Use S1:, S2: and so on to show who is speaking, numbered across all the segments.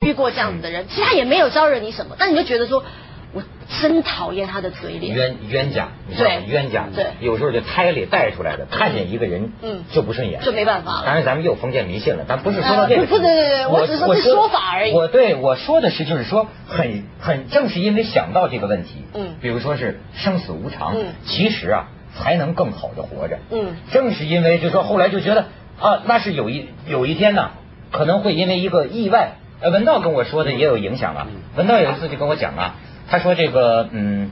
S1: 遇过这样子的人，其实他也没有招惹你什么，但你就觉得说，我真讨厌他的嘴脸。
S2: 冤冤家，你知道吗
S1: 对
S2: 冤家，
S1: 对
S2: 有时候就胎里带出来的，看见一个人，
S1: 嗯
S2: 就不顺眼，
S1: 就没办法了
S2: 当然，咱们又封建迷信了，咱不是说到这个
S1: 呃
S2: 程度，
S1: 不对对对我只是说是说法而已
S2: 我对我说的是，就是说，很很正是因为想到这个问题，
S1: 嗯
S2: 比如说是生死无常，
S1: 嗯
S2: 其实啊，才能更好的活着，
S1: 嗯
S2: 正是因为就说后来就觉得啊，那是有一有一天呢，可能会因为一个意外，呃，文道跟我说的也有影响了。啊
S1: 嗯
S2: 文道有一次就跟我讲啊，他说这个嗯，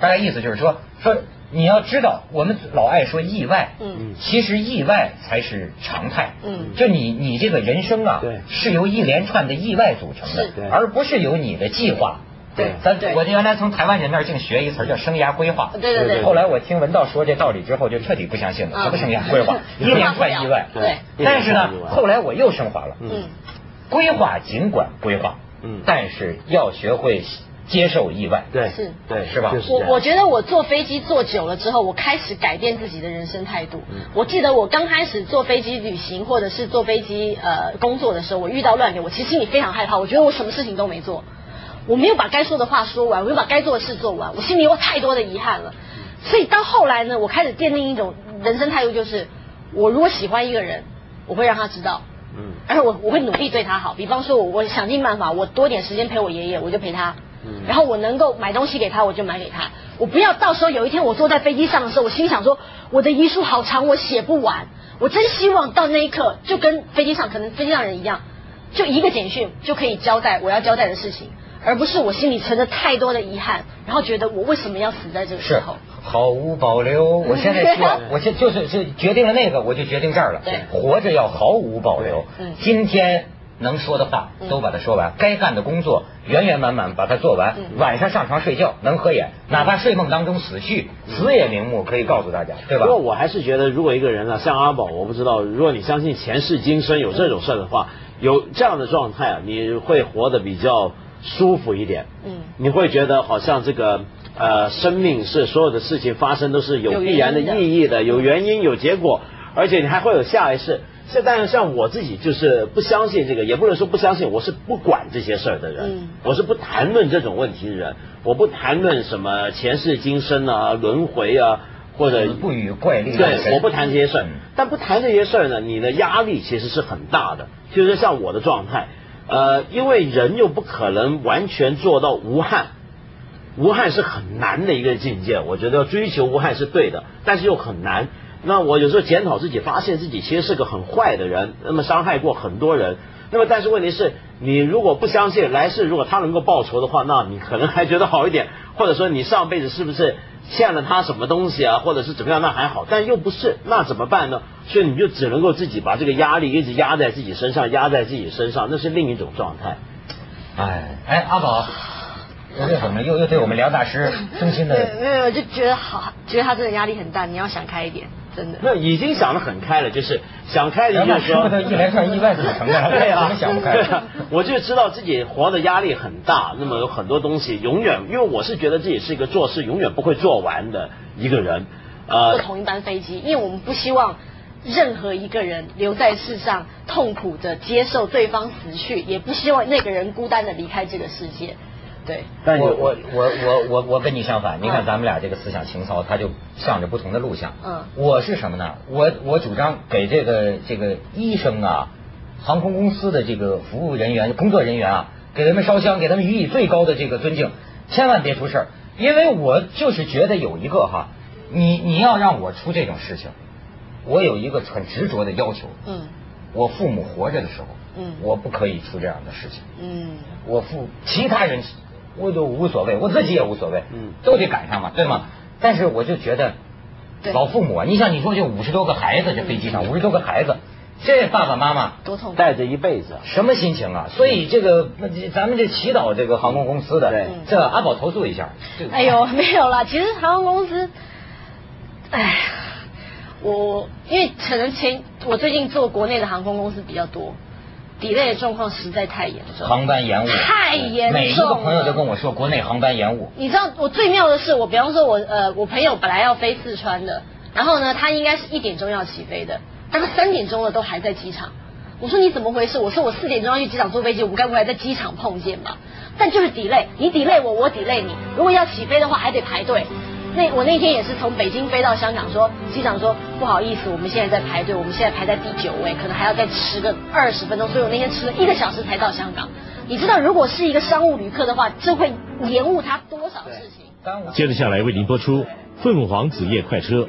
S2: 大概意思就是说说你要知道，我们老爱说意外，
S1: 嗯
S2: 其实意外才是常态，
S1: 嗯
S2: 就你你这个人生啊，
S3: 对
S2: 是由一连串的意外组成
S1: 是
S2: 的
S3: 对，
S2: 而不是由你的计划。
S1: 对
S2: 咱
S1: 对
S2: 我原来从台湾人那儿净学一词儿叫生涯规划，
S1: 对对对
S2: 后来我听文道说这道理之后，就彻底不相信了，
S1: 啊
S2: 什么生涯 规划，一连串意外。
S1: 对
S2: 但是呢
S3: 一连串意，外
S2: 后来我又升华了，
S1: 嗯，
S2: 规划尽管规划，
S3: 嗯
S2: 但是要学会接受意外。
S3: 对，
S1: 是
S3: 对，
S2: 是吧
S3: 就是啊这
S1: 我
S3: 样
S1: 我觉得我坐飞机坐久了之后，我开始改变自己的人生态度。我记得我刚开始坐飞机旅行或者是坐飞机呃工作的时候，我遇到乱流，我其实心里非常害怕，我觉得我什么事情都没做，我没有把该说的话说完，我没有把该做的事做完，我心里有太多的遗憾了。所以到后来呢，我开始奠定一种人生态度，就是我如果喜欢一个人，我会让他知道。
S3: 嗯
S1: 而且我我会努力对他好，比方说我我想尽办法，我多点时间陪我爷爷，我就陪他。
S3: 嗯
S1: 然后我能够买东西给他，我就买给他。我不要到时候有一天我坐在飞机上的时候，我心想说我的遗书好长，我写不完。我真希望到那一刻，就跟飞机上可能飞机上人一样，就一个简讯就可以交代我要交代的事情，而不是我心里存着太多的遗憾，然后觉得我为什么要死在这个时
S2: 是
S1: 候？
S2: 毫无 保留。我现在需要，我现就是是决定了那个，我就决定这儿了。
S1: 对
S2: 活着要毫无保留
S1: 对嗯。
S2: 今天能说的话
S1: 嗯
S2: 都把它说完，该干的工作圆圆满满把它做完。
S1: 嗯
S2: 晚上上床睡觉能合眼，哪怕睡梦当中死去，
S1: 嗯
S2: 死也瞑目。可以告诉大家，对吧
S3: 不？过我还是觉得，如果一个人啊，像阿宝，我不知道，如果你相信前世今生有这种事儿的话，有这样的状态啊，你会活得比较舒服一点。
S1: 嗯
S3: 你会觉得好像这个呃，生命是所有的事情发生都是有
S1: 有
S3: 必然的
S1: 原因的
S3: 意义的，有原因有结果，而且你还会有下一世。现在像我自己就是不相信这个，也不能说不相信，我是不管这些事儿的人。
S1: 嗯
S3: 我是不谈论这种问题的人，我不谈论什么前世今生啊、轮回啊，或者
S2: 不与怪力乱神
S3: 对，我不谈这些事儿
S2: 嗯。
S3: 但不谈这些事儿呢，你的压力其实是很大的。就是像我的状态，呃，因为人又不可能完全做到无憾，无憾是很难的一个境界。我觉得追求无憾是对的，但是又很难。那我有时候检讨自己，发现自己其实是个很坏的人，那么伤害过很多人。那么，但是问题是，你如果不相信来世，如果他能够报仇的话，那你可能还觉得好一点，或者说你上辈子是不是欠了他什么东西啊，或者是怎么样，那还好，但又不是，那怎么办呢？所以你就只能够自己把这个压力一直压在自己身上，压在自己身上，那是另一种状态。
S2: 哎哎，阿宝，又怎么又又对我们梁大师衷 心的？
S1: 对，没有，我就觉得好，觉得他真的压力很大，你要想开一点，真 的。
S3: 那已经想得很开了，就是想
S1: 哎
S3: 开了
S2: 梁
S3: 就
S2: 大
S3: 是
S2: 师不
S3: 说
S2: 都，哎一连 串意外组成 的？
S3: 对
S2: 怎
S3: 啊
S2: 么想不开
S3: 对？啊 我就知道自己活的压力很大，那么有很多东西永远，因为我是觉得自己是一个做事永远不会做完的一个人，
S1: 坐
S3: 呃，
S1: 同一班飞机，因为我们不希望任何一个人留在世上痛苦的接受对方死去，也不希望那个人孤单的离开这个世界。对，
S3: 但
S2: 我
S3: 有
S2: 我我我我我跟你相反，你看
S1: 嗯
S2: 咱们俩这个思想情操，它就向着不同的路向。
S1: 嗯
S2: 我是什么呢？我我主张给这个这个医生啊，航空公司的这个服务人员、工作人员啊，给他们烧香，给他们予以最高的这个尊敬，千万别出事儿。因为我就是觉得有一个哈，你你要让我出这种事情，我有一个很执着的要求。
S1: 嗯
S2: 我父母活着的时候，
S1: 嗯
S2: 我不可以出这样的事情。
S1: 嗯，
S2: 我父其他人我都无所谓，我自己也无所谓，
S3: 嗯
S2: 都得赶上嘛，对吗？但是我就觉得
S1: 对，
S2: 老父母啊，你想你说这五十多个孩子，这飞机
S3: 嗯
S2: 上五十多个孩子，这爸爸妈妈
S1: 多痛苦。
S3: 带着一辈子，
S2: 什么心情啊？所以这个那这咱们这祈祷这个航空公司的
S3: 嗯对，
S2: 这阿宝投诉一下，这个
S1: 嗯哎呦， 没有啦，其实航空公司，哎，我因为可能前我最近做国内的航空公司比较多，delay 的状况实在太严重。
S2: 航班延误
S1: 太严重了
S2: 每一个朋友都跟我说国内航班延误，
S1: 你知道我最妙的是，我比方说我呃，我朋友本来要飞四川的，然后呢，他应该是一点钟要起飞的，但是三点钟了都还在机场。我说你怎么回事？我说我四点钟要去机场坐飞机，我们该不会在机场碰见吧？但就是 delay，你 delay 我，我 delay 你。如果要起飞的话，还得排队。那我那天也是从北京飞到香港说，机长说不好意思，我们现在在排队，我们现在排在第九位，可能还要再吃个二十分钟，所以我那天吃了一个小时才到香港。你知道，如果是一个商务旅客的话，这会延误他多少事情？
S2: 耽误
S4: 接着下来为您播出《凤凰子夜快车》。